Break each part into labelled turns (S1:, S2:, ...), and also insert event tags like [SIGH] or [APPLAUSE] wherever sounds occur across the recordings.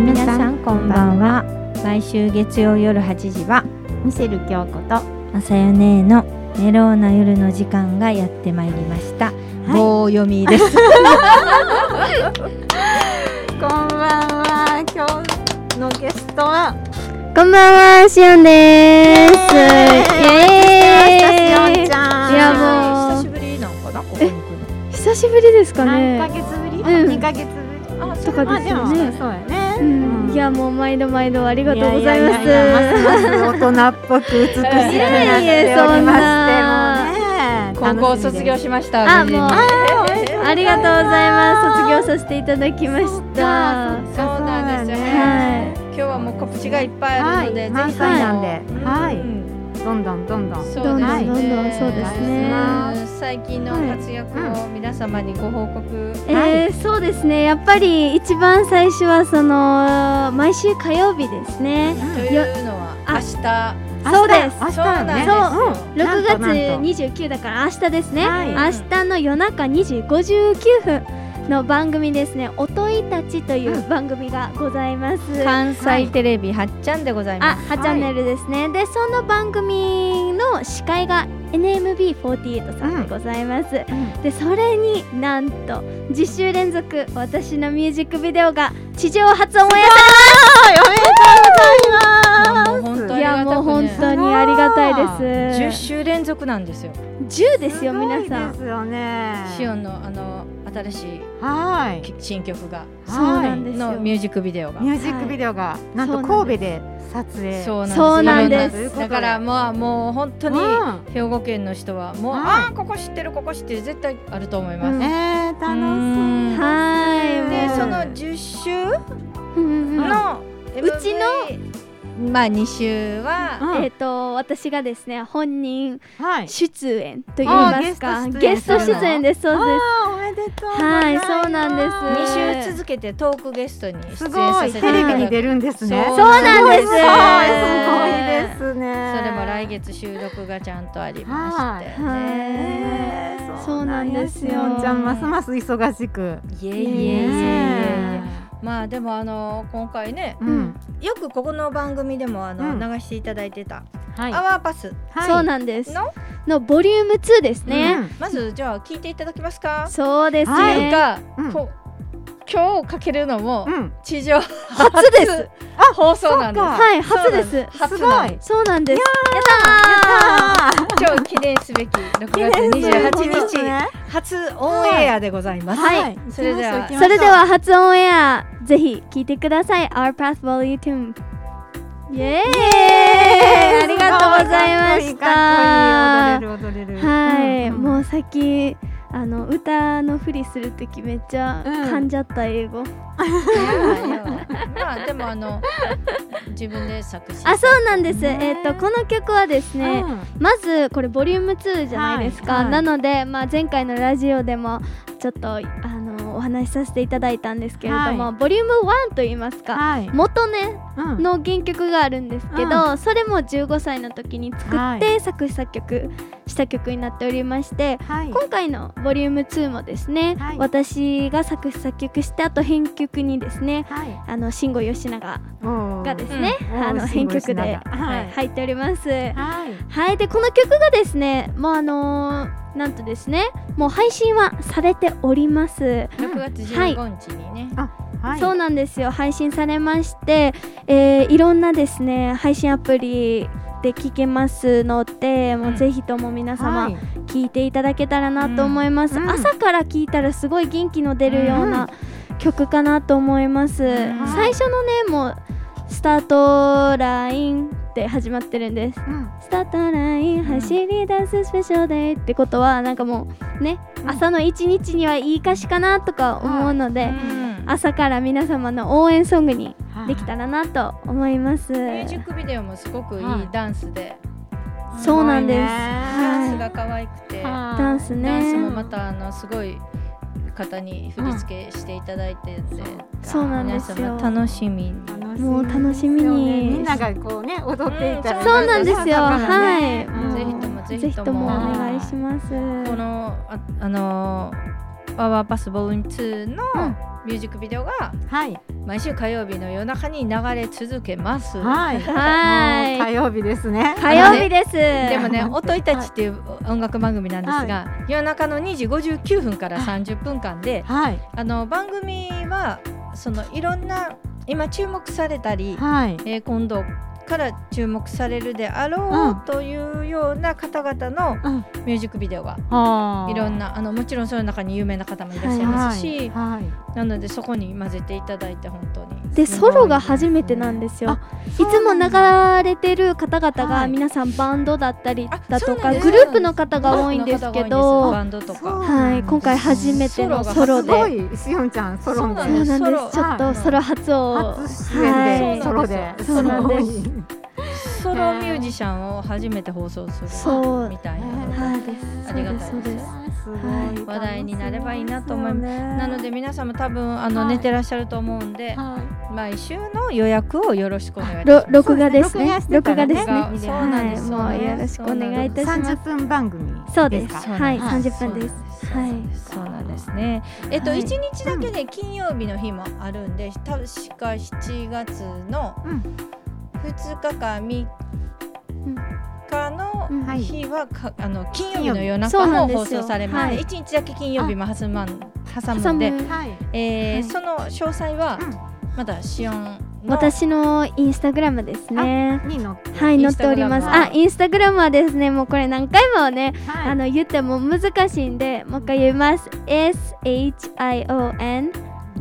S1: こんばんは毎週月曜夜8時はミセル京子と
S2: まさよねえのメローな夜の時間がやってまいりました。棒読み
S1: [LAUGHS]
S2: です。
S1: こんばんは今日のゲストは
S3: こんばんは、しおんでーす。イエーイ
S1: ちゃん
S3: いやもう
S1: 久しぶりなんかなここに来る
S3: 久しぶりですか
S1: 何ヶ
S3: ね。
S1: 月ぶり
S3: うん
S1: 二ヶ月ぶりあそ
S3: とかですよ
S1: あ
S3: ね
S1: でもそうやね
S3: うん、いや、もう毎度毎度あり
S1: あ
S3: がとうございます。
S1: いやいやいやますます大人っぽく美しくなっておりまして
S3: いやいやそんな
S1: もうね
S4: 高校卒業
S1: し
S4: しました。
S3: あ、もう、ありがとうございます。卒業させていただきました。
S4: そうなんですよね。
S3: は
S4: 今日はもう告知がいっぱいあ
S1: は
S4: るので、
S1: い満載なんでは
S4: う
S1: い
S4: ん
S1: どんどんどんどん
S4: そ
S3: どんどん
S4: ですね
S3: どんどんそうですね
S4: うん最近の活躍を皆様にご報告。
S3: い。えー、そうですね。やっぱり一番最初はその毎週火曜日ですね。
S4: というのは
S3: あ
S4: 明日。
S3: そうです。
S1: 明日
S4: そうなんです
S1: ね
S4: よ。
S3: 6
S1: なんとなんと
S3: 月29だから明日ですね、
S1: はい
S3: 明日の夜中2時59分の番組ですね「おといたち」という
S1: う
S3: 番組がございます、
S4: 関西テレビはっちゃんでござい
S3: あ
S4: ます。
S3: 8チャンネルですね、でその番組の司会が NMB48 さんでございます、
S1: ん
S3: でそれになんと10週連続私のミュージックビデオが地上初オンエアされ
S4: もう本当あ
S3: い
S4: り
S3: や
S4: が
S3: も
S4: た
S3: う本
S4: くね。
S3: 当にありがたい
S4: 10
S3: です
S4: 週連続なんですよ。
S3: 10ですよ皆さん
S1: すごいですよね
S4: シオンのあの新しい
S1: はい
S4: 新曲が
S3: そうなんですよ
S4: のミュージックビデオが
S1: ミュージックビデオがなんと
S3: そうなん
S1: 神戸
S3: で
S1: で撮影
S4: そう
S3: そうなんです
S4: だからまあもう本当に
S1: う
S4: 兵庫県の人はもう、
S1: はい
S4: ああここ知ってるここ知ってる絶対あると思います。
S1: んえー楽し
S4: ん
S3: はいもう
S4: で
S1: うん
S4: その10週
S3: うんうんうん
S4: の、
S3: うち
S4: のまあ2週は、
S1: そう
S3: えっ、と私がですね本人
S1: そうはい
S3: 出演と言います
S1: あ
S3: か
S1: ー
S3: ゲ
S1: ゲ
S3: ス
S1: ス
S3: ト
S1: ト
S3: 出
S1: 出演
S3: 演ですそうです
S1: あーおめでとう
S3: はいそうなんです
S4: 二
S3: えー
S4: 2週続けてトークゲストに出演
S1: すご
S4: さ
S1: い
S4: せてい
S1: テレビに
S4: ただく
S1: 出るんですね
S4: そう
S3: そうなんです
S1: すごいすごいですね
S4: それも来月収録がちゃんとありまして、
S3: はい
S4: ね
S1: えー
S3: そうなんですよ
S1: のんちゃんますます忙しく
S4: いえいえいえいえいえまあでもあの今回ね
S1: うん
S4: よくここの番組でもあの、
S1: うん
S4: 流していただいてた、
S1: はい
S4: アワーパス
S3: そう
S1: で
S3: なんです
S4: の
S3: のボリューム2ですね、
S4: まずじゃあ聞いていただけますか
S3: そうですね、
S1: はい
S4: が、
S1: うん
S4: こ今日かけるのも
S1: うん
S4: 地上初
S3: です
S4: あ放送なんで
S1: そ
S4: す
S1: うか
S3: はい初です
S4: そうなん初
S1: すご
S4: の
S1: い
S3: そうなんです
S1: あー
S4: 今日記念すべき6月28日、初オンエアでございます、
S1: はい
S4: それでは
S3: それでは初オンエアぜひ聞いてください Our Path Volume イエーイありがとうございました
S1: 踊れる踊れる
S3: はい、
S1: うん
S3: もうさっきあの歌のふりするときめっちゃ
S1: うん
S3: 噛んじゃった英語、
S4: いやいやまあでもあの自分で作詞
S3: あそうなんです、
S1: ね
S3: えっとこの曲はですね、まずこれボリューム2じゃないですか、
S1: はいはい
S3: なので、まあ、前回のラジオでもちょっとあのお話しさせていただいたんですけれども、
S1: は
S3: ボリューム1といいますか、
S1: はい
S3: 元ね
S1: うん
S3: の原曲があるんですけど、それも15歳の時に作
S1: は
S3: っ
S1: い
S3: て作詞作曲した曲になっておりまして、
S1: はい
S3: 今回のボリューム2もですね、
S1: はい
S3: 私が作詞作曲した後編曲にですね
S1: はい
S3: あの慎吾吉永がですすね、
S1: うん
S3: あ
S1: お
S3: の
S1: ー
S3: 編曲
S1: 慎吾
S3: で
S1: 吉永はい
S3: 入っております。は
S1: はい
S3: いでこの曲がですねもうあのーなんとですねもう配信はされております。
S4: 6月15日にね、
S1: はい
S3: そうなんですよ配信されまして、えーいろんなですね配信アプリで聴けますのでもうぜひとも皆様、
S1: はい
S3: 聞いていただけたらなと思います、
S1: うんうん
S3: 朝から聞いたらすごい元気の出るような曲かなと思います、
S4: ん
S3: 最初のねもうスタートラインで始まってるんです
S1: うん
S3: スタートライン走り出すスペシャルデイってことはなんかもうね、
S1: うん
S3: 朝の一日にはいい歌詞かなとか思うので、
S4: うん
S3: 朝から皆様の応援ソングに
S1: はい
S3: できたらなと思います、
S4: ミュージックビデオもすごくいい
S1: はい
S4: ダンスで、
S3: そうなんです
S1: ごいね
S3: は
S4: ダ
S3: い
S4: ンスが可愛くて、
S1: はい
S3: ダンスね
S4: ダンスもまたあのすごい方に振り付けしていただいてるんで、
S3: そうなんで
S4: 皆
S3: すよ
S4: 様楽しみに。
S3: もう楽しみに
S1: みんながこうね踊っていたら、
S4: うん
S3: そうなんですよ、
S1: そうだ
S3: はい、
S1: ねうん
S3: もう
S4: ぜひともぜ
S3: ぜ
S4: ひとも
S3: ひともお願いします
S4: このああのーワワパスボーン2のミュージックビデオが
S2: はい
S4: 毎週火曜日の夜中に流れ続けます。
S2: はい
S3: はい
S2: もう火曜日ですね
S3: 火曜日です。
S2: [LAUGHS]
S4: でもね、
S2: はい
S4: おといたちっていう音楽番組なんですが、夜中の2時59分から30分間で、
S2: はい
S4: あの番組はそのいろんな今注目されたり、
S2: はい
S4: えー今度から注目されるであ
S2: う
S4: ろ
S2: ん
S4: うというような方々の
S2: うん
S4: ミュージックビデオが
S2: はい
S4: ろんなあのもちろんその中に有名な方もいらっしゃいますし、
S2: はいはい
S4: なのでそこに混ぜていただいて本当に
S3: で
S4: ごい
S3: ソロが初めてなんですよ。
S2: あ
S3: いつも流れてる方々
S2: は
S3: が
S2: い
S3: 皆さんバンドだったり
S4: あ
S3: だと
S4: そうなん
S3: か
S4: です
S3: グループの方が多いんですけど、
S4: バンドと
S2: そう
S4: か
S3: はい今回初めてのソロ
S2: す
S3: で、
S2: ごいしおんちゃんソロ
S4: そ
S2: で
S3: そ
S4: う
S3: うなん
S4: ソ
S3: で
S4: ロ
S3: す。ちょっとソロ初を
S2: 初出演
S3: はい
S2: でソロで
S3: そうなんです
S2: すごい
S4: ソロミュージシャンを初めて放送する
S3: そう
S4: みたいなのが
S3: はいです。
S4: あ
S3: そう
S4: りが
S3: で
S4: た
S3: す
S4: い
S3: そうです。
S2: すごい
S3: はい
S4: 話題になればいいなと思います
S2: す
S4: なので皆さんも多分あの
S2: はい
S4: 寝てらっしゃると思うん
S2: は
S4: で、
S2: い
S4: 毎週の予約をよろしくお願いしま
S3: ろ
S4: す。
S3: 録画ですね。
S2: 録
S3: 録
S2: 画
S3: 画
S2: してた
S3: です
S2: らね
S3: ね。
S4: 録画そうなんです。
S3: はいもうよろしくお願いいたします
S2: 30分番組
S3: そうです。
S2: ですか
S3: はい
S2: はい
S3: 三十分です。はい
S4: そうなんですね。えっと
S3: はい
S4: 一日だけで金曜日の日もあるんで、確か7月の
S2: うん
S4: 2日か3日の
S3: うん
S2: はい
S4: 日はかあの金曜日の夜
S3: そ
S4: 中
S3: うな
S4: も
S3: んですよ
S4: 放送されます。
S3: はい
S4: 一日だけ金曜日も挟まん挟
S3: 挟
S4: むんで、
S3: む
S2: はい
S4: え
S3: は
S4: ー
S3: い
S4: その詳細は
S2: うん
S4: まだシオンの
S3: 私のインスタグラムですね。
S2: に乗って
S3: はい載っております。あ
S4: Instagram
S3: インスタグラムはですねもうこれ何回もね
S2: はい
S3: あの言っても難しいんでもう一回言います。S H I O N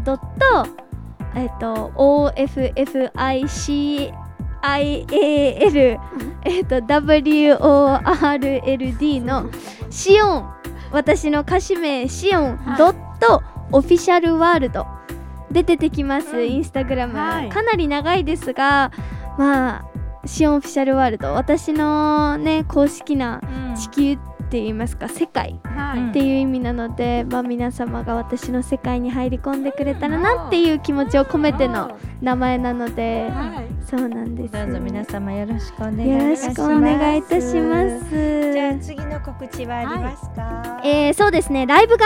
S3: ドットえっと O F F I C I A L えっと W O R L D のシオン私の歌詞名シオン
S2: はい
S3: ドットオフィシャルワールドで出てきます、
S4: うん
S3: インスタグラム、
S2: はい
S3: かなり長いですがまあシオンオフィシャルワールド私のね公式な
S4: うん
S3: 地球って言いますか世界
S2: はい
S4: うん
S3: っていう意味なので、まあ、皆様が私の世界に入り込んでくれたらなっていう気持ちを込めての名前なので
S2: はい
S3: そうなんです
S4: どうぞ皆様よろしくお願い
S3: よ
S4: いた
S3: ろ
S4: します。
S3: しくお願いいたします
S4: じゃあ次の告知はありますか、
S3: えー、そうですねライブが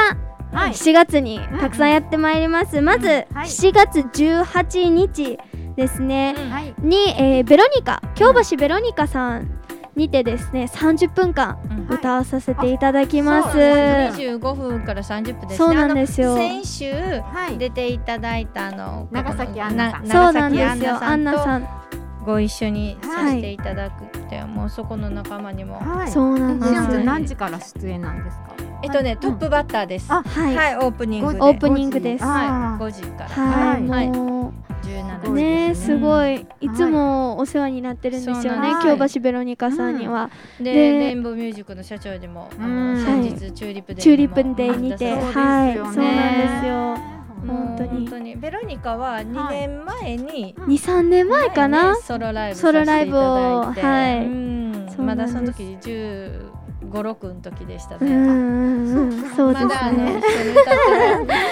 S2: はい
S3: 7月にたくさんやってまいります、まず
S2: はい
S3: 7月18日ですね、
S2: は
S4: はい
S2: い
S3: に、えーベロニカ京橋ベロニカさんにてですね30分間
S4: うん
S2: はい
S3: 歌わさせていただきます、
S2: あそうなんですね
S4: 25分から30分ですね
S3: そうなんですよ
S4: あの先週
S2: はい
S4: 出ていただいたあの
S2: 長崎アンナさん
S4: な
S3: そう
S4: 長
S3: なん
S4: 崎
S3: で
S4: アン
S3: すよアン
S4: ナ
S3: ナ
S4: さん
S3: さん
S4: とご一緒にさせていただくって、もうそこの仲間にも、
S2: はい
S3: そうなんで
S2: しおんちゃ
S3: す
S2: ん何時から出演なんですか
S4: えっとね、
S2: うん
S4: トップバッターです、
S2: あ
S3: はい、
S4: はいオープニングで
S3: オープニングです
S2: あ
S4: はい、5時から
S3: はい、
S4: はい
S3: も
S4: 17
S2: すごいで
S3: う
S4: 時
S2: す
S3: ね
S2: ね
S3: すごいいつもお世話になってるんです
S4: そう
S3: よ
S4: なん
S3: ね
S2: です
S3: 京橋ベロニカさんには、
S4: で
S3: で
S4: レインボーミュージックの社長にも、あの
S2: うん
S4: 先日チューリップデーにも
S3: チューリップデーにて
S4: あの
S2: そうですよね
S3: はいそうなんですよ
S4: もう
S3: 本当に
S4: 本当にベロニカは2年前に、
S2: うん
S3: 23年前かな、
S4: ねソロライブ
S3: ソロライブを
S4: させていた
S3: は
S4: だ
S3: い
S4: いてうん
S3: そうなん
S4: ま
S3: で
S4: だ
S3: す
S4: その時1 5六6の時でした
S3: う
S4: ね、
S3: んうんうんそうで
S4: ますだあの
S3: ね
S4: 一緒に歌ってる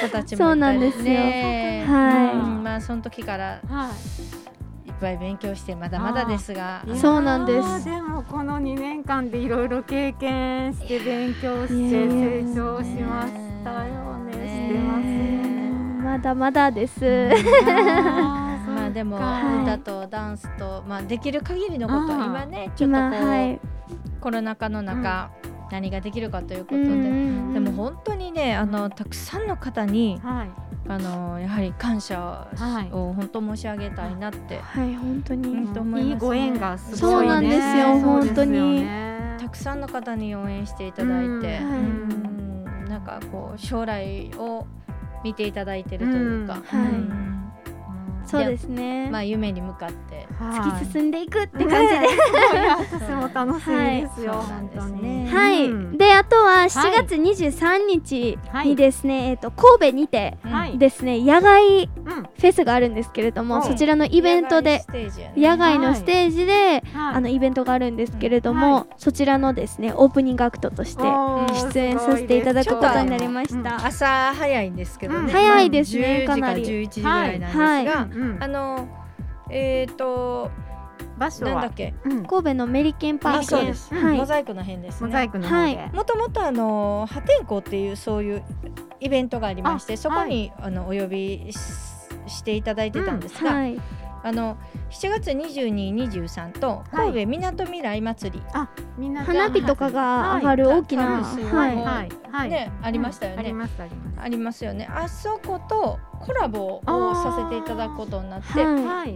S4: 子たちもいたりね
S3: そうなんですよはい
S4: うんまあその時からいっぱい勉強してまだまだですが
S3: ーそうなんです
S2: いやーでもこの2年間でいろいろ経験して勉強して
S3: いや
S2: 成
S3: ー
S2: 長しましたよね
S4: ね
S2: してますね
S3: まだまだです、
S2: あー
S4: [LAUGHS] まあでも
S2: そっか
S3: はい
S4: 歌とダンスと、まあ、できる限りのこと
S2: あー
S4: 今ねちょっとこ
S3: 今
S4: う、
S3: はい
S4: コロナ禍の中、何ができるかということ
S3: う
S4: で、
S3: んうんうん
S4: でも本当にねあのたくさんの方に
S2: はい
S4: あのやはり感謝
S2: はい
S4: を本当申し上げたいなって、
S3: はい本当
S4: う
S3: に
S4: んと思いますね
S2: いいご縁がすごいね
S3: そうなんですよ本
S2: そ
S3: 当に
S2: うですよね
S4: たくさんの方に応援していただいて、
S2: うんはい
S4: うんなんかこう将来を見ていただいてるというか、
S3: うんはい
S4: うん
S3: そうですね、
S4: まあ夢に向かって。
S2: はい
S3: 突き進んでいくって
S2: ね
S3: 感じで、
S2: 私も楽しみですよ、
S4: はい
S2: 本当に
S3: はい、
S2: うん
S3: であとは7月23日にですね、えっと神戸にて
S2: はい
S3: ですね野外フ
S2: うん
S3: ェスがあるんですけれども、
S2: うん
S3: そちらのイベントで
S4: ステージや
S3: 野
S4: ね
S3: 外のステージで、あのイベントがあるんですけれども、
S2: は
S3: そちらのですねオープニングアクトとして
S2: おー
S3: 出演させていただくことになりま
S2: す
S3: し
S2: ごいです
S3: た。
S4: 朝早いんですけどね、
S2: うん
S3: 早いですね
S4: 10時か
S3: からなり
S4: 11時ぐらいなんですが、
S3: はいはい
S2: うんうん
S4: あのえっ、と
S1: 場所
S4: なんだ
S1: は
S4: っ、け、
S1: うん、
S3: 神戸のメリケンパー
S4: あ
S3: ク
S4: そう
S3: で
S4: です、
S3: はい
S4: モザイクの辺です
S1: モザイ
S4: ね
S1: クの方で、
S3: は
S4: もともとあの破天荒っていうそういうイベントがありましてそこに、あのお呼びししていただいてたんですが、
S3: はい
S4: あの7月2223と神戸みなとみらい祭り、
S1: みんな
S3: 花火とかが上がる大きな
S1: はい
S3: はい
S1: はいはい
S4: ね、あ
S1: あ
S4: りましたよ
S1: あり
S4: ね、
S1: ましたありま
S4: ありますよねあそことコラボをさせていただくことになって
S1: す
S3: は
S1: はい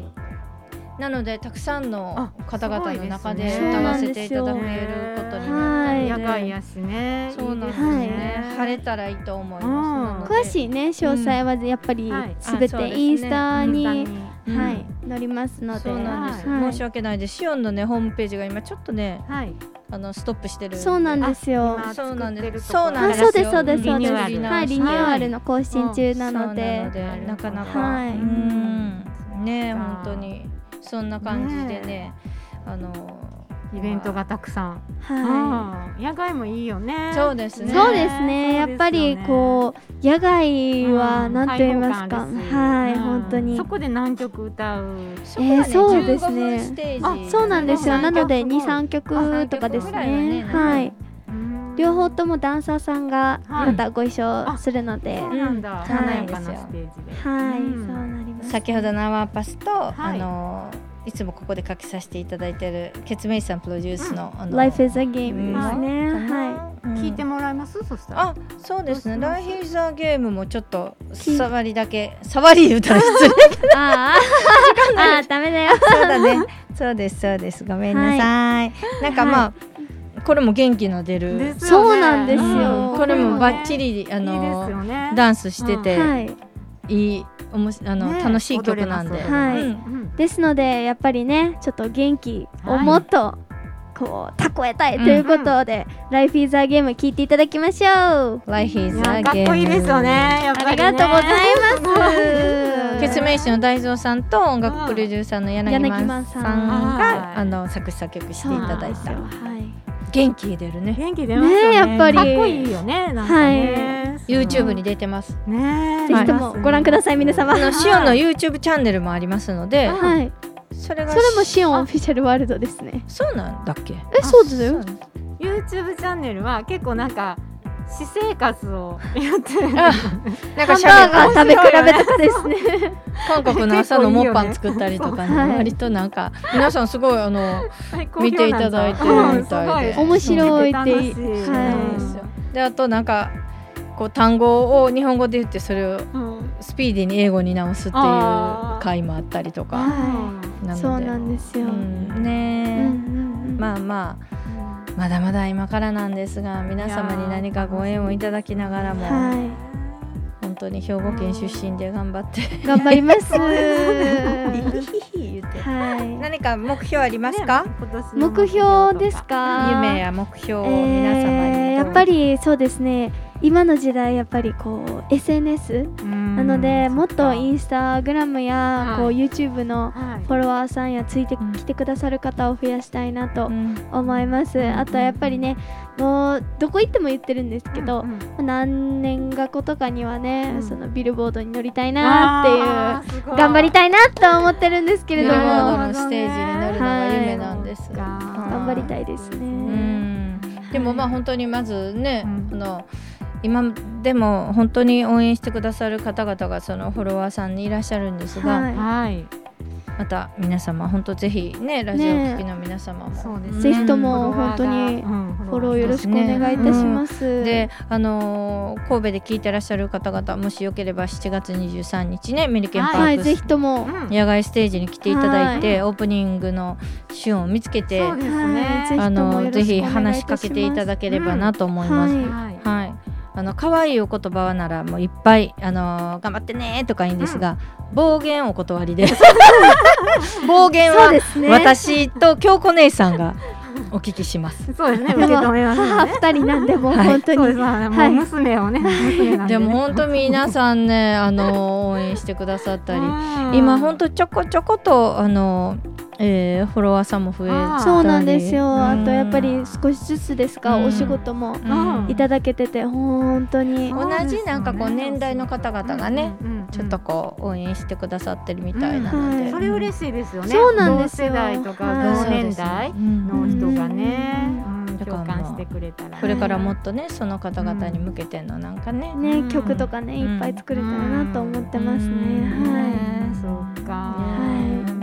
S4: なのでたくさんの方々の中
S1: あ
S4: です
S1: ごいですね
S4: 歌わせていただけることになった
S3: は
S4: の
S3: い
S4: で、
S1: 野外やしね
S4: そうなんです
S3: は
S4: ね
S3: い、
S4: 晴れたらいいと思います
S3: い詳しいね詳細はやっぱり
S1: はい
S3: すべ
S4: あそうです
S3: て
S4: ね
S3: インスタに、
S1: はい
S4: うん
S3: はい載りますので
S4: そうなんです、
S3: はい
S4: 申し訳ないですシオンのねホームページが今ちょっとね
S1: はい
S4: あのストップしてる
S3: そうなん
S4: で
S3: ですよ
S1: あ
S4: そうなんです
S1: 今
S4: そう
S1: 作ってるところ
S3: あそうです
S4: なんです
S3: そうですそ
S1: リニ
S3: うで
S1: ュ
S3: す
S1: ーア
S3: は
S1: ル
S3: いリニューアルの更新中なの
S4: そうな
S3: で
S4: のでなかなか、
S3: はい
S4: うんね
S1: そっか
S4: 本当にそんな感じでね
S1: ね
S4: あの
S1: イベントがたくさん、
S3: は
S1: うん野外もいいよね
S4: そうです
S3: い
S4: ね
S3: そうですねやっぱりこう野外は
S1: うん
S3: 何と言いますか
S1: 開放感あるし
S3: はい
S1: うん
S3: 本当に
S1: そこで何曲歌う
S4: そこがね、
S3: えーそうですね
S4: 15分ステージ
S1: あ
S3: そうなんですよ
S1: な
S3: な
S1: の
S3: の
S1: で
S3: で23曲とかです
S4: あ三
S3: ね
S4: 曲ぐらいはね
S3: はい両方ともダンサーさんが
S1: はい
S3: またご一緒するので
S1: そ
S3: は
S1: うなんだ、
S4: うん
S1: 華やかなステージで、
S3: いそう
S1: うん
S3: なります
S4: 先ほど生パスと、
S1: はい
S4: あのいつもここでかけさせていただいてるケツメイシさんプロデュースの「あの
S3: Life is a game
S4: うん
S3: ですねは
S4: かな
S1: 聞いて
S4: うん
S1: もらえますそしたら
S4: あそうですね「
S1: どうしま
S4: Life is a game」もちょっと
S3: い
S4: 触りだけ触り言うたら失礼
S3: い [LAUGHS] あーあーダメだよ
S4: [LAUGHS] そうだねそうですそうですごめんなさい、なんかまあ、これも元気の出る
S1: ですよね
S3: そうなんですよ
S4: うんこれもバッチ
S1: いい
S4: リ、
S1: で
S4: あ
S1: す
S4: の
S1: よね
S4: ダンスしてて、
S3: はい
S4: いいおもしあの、
S1: ね
S4: 楽しい曲なんで、
S1: 踊れ
S3: ます
S4: うん
S1: うん
S3: ですのでやっぱりねちょっと元気をもっとこう蓄えたい
S4: うん
S3: ということで「Life is a Game」聴いていただきましょう
S4: Life
S1: い
S4: is
S1: や
S4: a
S1: かっ
S4: game
S1: こいいですよねやっぱ
S3: あ
S1: り
S3: り
S1: ね
S3: がとうござい
S1: うん
S3: ま
S4: ケ
S3: す
S4: ツメイシの大蔵さんと音楽プロデューサーの柳
S3: 柳
S4: 間
S3: 間
S4: さ
S3: さ
S4: ん
S3: ん
S4: が、
S1: はい
S4: あの作詞作曲していただい
S1: そうなん
S4: た
S1: です
S3: はい
S4: 元気出るね
S1: 元気出ますよね
S3: ねえやっぱり
S1: かっこいいよねなんかね、
S4: YouTube に出てます
S1: にねえ
S3: ぜひともご覧ください皆様
S4: あのシオンの YouTube チャンネルもありますので
S3: はい
S4: それが
S3: それもシオンオフィシャルワールドですね
S4: そうなんだっけ
S3: えそうですよ
S1: YouTube チャンネルは結構なんか私生活をやってる
S4: あなんか
S3: ハン
S4: し
S3: バー
S4: ゃ
S3: ガー食べ比べ
S4: べ
S3: とかですね
S4: 韓国の朝のモッパン作ったりと
S3: 結
S4: かね
S3: 構いいよね
S4: 割となんか皆さんすごいあの
S1: 最高評価
S4: 見ていただいて
S1: う
S4: る
S1: ん
S4: み
S1: す
S4: たいで
S1: ご
S3: 面白いって
S1: 楽しい
S4: なん
S3: は
S4: で
S3: い
S4: すよであとなんかこう単語を日本語で言ってそれを
S1: うん
S4: スピーディーに英語に直すっていう回もあったりとか
S3: は
S4: なので
S3: [LAUGHS] そうなんですよ
S4: うん
S3: いう
S4: ね
S3: んうん
S4: え、
S3: うん
S4: まあまあまだまだ今からなんですが皆様に何かご縁をいただきながらも、
S3: は
S4: 本当に兵庫県出身で頑張って
S3: い頑張ります [LAUGHS]
S4: [LAUGHS]
S3: は
S4: 言って
S3: い
S4: 何か目標あります
S1: か
S4: か、
S3: 目標ですか
S4: 夢や目標を皆様に、
S3: えーやっぱりそうですね今の時代やっぱりこう SNS
S1: な
S3: なのでもっとイ
S1: い
S3: ンスタグラムやこう
S1: は
S3: YouTube の
S1: はい
S3: フォロワーさんやついてきてくださる方を増やしたいなと
S4: うん
S3: 思いますあとはやっぱりねもうどこ行っても言ってるんですけど
S1: うんうん
S3: 何年が後とかにはね
S1: うん
S3: そのビルボードに乗りたいなっていう
S1: っていう
S3: 頑張り
S1: い
S3: たいなと思ってるんですけれ
S4: ビル
S3: ど
S4: ボ
S3: も
S4: ード
S3: 頑
S4: のステージに乗るのが夢なんです、
S1: はい
S4: はい
S3: 張りたいです
S4: う
S3: ね
S4: んでもまあ本当にまずね、
S1: うん
S4: あの今でも本当に応援してくださる方々がそのフォロワーさんにいらっしゃるんですが、
S3: はい
S1: はい
S4: また皆様本当ぜひねラジオ聞きの皆様も、
S1: そうです
S4: ね
S3: ぜひとも本当にフォローよろしくお願いいたします。
S4: であのー神戸で聞いてらっしゃる方々もしよければ7月23日ねメリケンパ
S3: は
S4: ー
S3: い、
S4: ク
S3: ぜ
S4: ス
S3: ひとも、
S1: うん
S4: 野外ステージに来ていただいて、
S1: は
S4: オープニングのシーンを見つけて
S1: そうですね
S3: はいぜひ
S4: あのーぜひ
S3: よろしくお願い
S4: 話
S3: いたします
S4: しかけていただければなと思います。
S3: うん
S1: はい
S4: はい、あの可愛いお言葉ならもういっぱいあのー頑張ってねとかいいんですが、暴言お断りです暴言
S3: そう
S4: は
S3: ですね。
S4: 私と京子姉さんがお聞きします。
S1: そうですね
S3: で
S1: 受け
S3: も
S1: 止めます
S3: 母
S1: ね
S3: 二人なんでもう
S4: はい
S3: 本当
S1: そうで
S3: に、
S1: すねも
S3: は
S1: う
S3: い
S1: 娘をね娘なん
S4: で
S1: ね
S4: も本当皆さんねあの応援してくださったり今本当ちょこちょことあのえーフォロワーさんも増え
S1: あー
S3: そうなんですよ、
S4: うん
S3: あとやっぱり少しずつですが、
S4: うん
S3: お仕事も
S1: うん
S3: いただけてて本当に、
S1: あ
S4: 同じなんかこう年代の方々がね、
S1: うんうんうんうん
S4: ちょっとこう応援してくださってるみたいなので、
S3: うん
S1: それ嬉しいですよね。
S3: そうなんですよ
S1: 同世代とか
S3: はい
S1: 同年代の人がね、うん
S4: だか
S1: 共
S4: らもう
S1: 感してくれたらね。
S4: これからもっとねその方々に向けてのなんかね、
S3: ね
S1: うん
S3: 曲とかねいっぱい作れたらなと思ってますね、
S4: うん
S3: はい。
S1: ねそうか。
S3: はい
S1: うん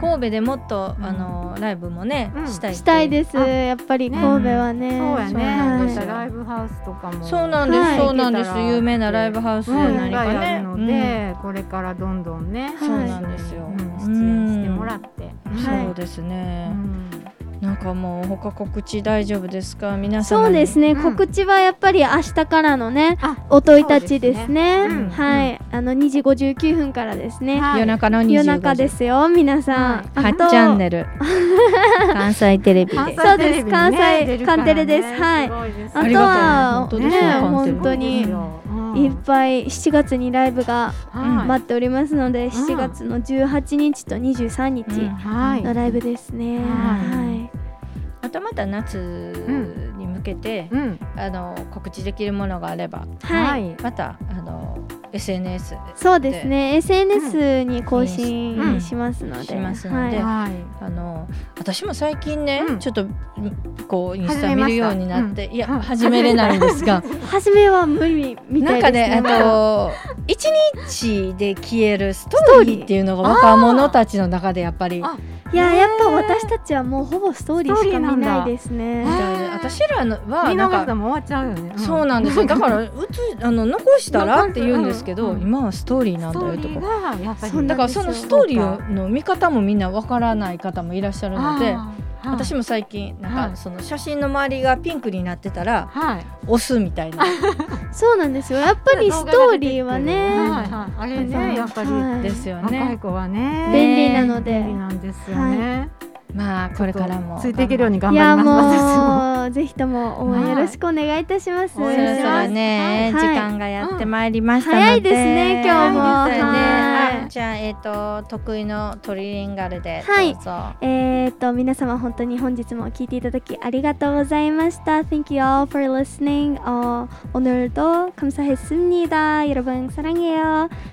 S4: 神戸でもっと、あのライブもね、
S1: うん
S4: したい
S3: したいですす
S1: あ
S3: やっぱり
S1: ね
S3: 神戸はね
S1: そうや
S3: は
S1: ね。
S3: い
S1: なんかライブハウスとかも。
S4: そうなんです、
S3: はい
S4: そうなんです
S1: 行けたら
S4: 有名なライブハウス
S1: うんいっぱ
S4: 何
S1: い
S4: か
S1: ある
S4: ね、
S1: の
S4: うん
S1: で、これからどんどんね、
S3: はい
S4: そうなんですよ、
S1: うん出演してもらって。
S3: はい
S4: そうです
S1: う
S4: ね、
S1: ん
S4: なんかもう他告知大丈夫ですか皆さん
S3: そうですね、
S1: うん
S3: 告知はやっぱり明日からのね
S1: あ
S3: おといたちですね
S1: そうですねうん
S3: はい、あの2時59分からですね、
S1: はい
S4: 夜中の25時
S3: 夜中ですよ皆さん、あと
S4: 8チャンネル関西テレビで
S3: そうです関西カンテレですはい
S1: い
S3: あ
S4: り
S3: と
S4: がたい
S3: は
S4: 本当
S1: です
S3: ね
S1: ね
S3: 本当にいっぱい7月にライブが待っておりますので、7月の18日と23
S4: うん
S3: 日
S1: はい
S3: のライブですね、
S1: は
S3: は
S4: あとまた夏に向けて、
S1: うん
S4: あの告知できるものがあれば
S3: い、はい
S1: い
S4: またあの SNS
S3: そうですね SNS に更新しますので、
S4: しますの
S3: は
S4: で
S3: い、
S1: はい
S4: あの私も最近ね、
S1: うん
S4: ちょっとんこうインス
S1: 始め
S4: タ見
S1: ま
S4: る
S1: した
S4: ようになって、
S1: うん
S4: いや、
S1: うん
S4: 始めれないんですが
S3: 初めは無理みた
S4: [LAUGHS] ないんか
S3: ですね
S4: ねあ
S3: まだ
S4: と一日で消えるストーリーっていうのが若者たちの中でやっぱり
S1: あ
S3: いややっぱ私たちはもうほぼストーリーしか見ないですね
S1: ストーリーなんだ
S4: 私らのは
S1: 見
S4: な
S1: 逃
S4: んか
S1: したらもう終わっちゃうよね
S4: そうなんですよだからうつあの残したらって言うんですけど、
S1: 残すうん
S4: 今はストーリーなん
S1: ス
S4: だ
S1: ト
S4: よ
S1: ーリ
S4: と
S1: ー
S4: か
S1: がやっぱり
S3: そう
S4: だからそのストーリーの見方もみんなわからない方もいらっしゃるので私
S1: も
S4: も最近なん
S1: は
S4: か
S1: い
S4: その写真の周りがピンクになってたら
S1: はい
S4: 押すみたいな
S3: そうなんですよやっぱりストーリーは
S1: はい
S3: ね
S1: はいあれねやっぱり
S3: はい
S4: ですよ
S3: [LAUGHS]
S1: 若い
S4: ね。
S1: 子はね
S3: 便利なので、
S1: 便利なんですよね
S4: まあこれからも
S1: ついていけるように頑
S3: い
S1: 張
S3: や
S1: りま
S3: もうぜひとも応援よろしくお願いいたします。
S4: そろそろね、
S3: はい
S4: 時間がやってまいりましたので、
S3: 早いですね今日も
S4: 早いですよ
S3: は
S4: ね
S3: い
S4: あじゃあえっ、と得意のトリリンガルで
S3: はい
S4: どうぞ。
S3: えー、と皆様本当に本日も聞いていただきありがとうございました。Thank you all for listening. 어, 오늘도 감사했습니다. 여러분 사랑해요.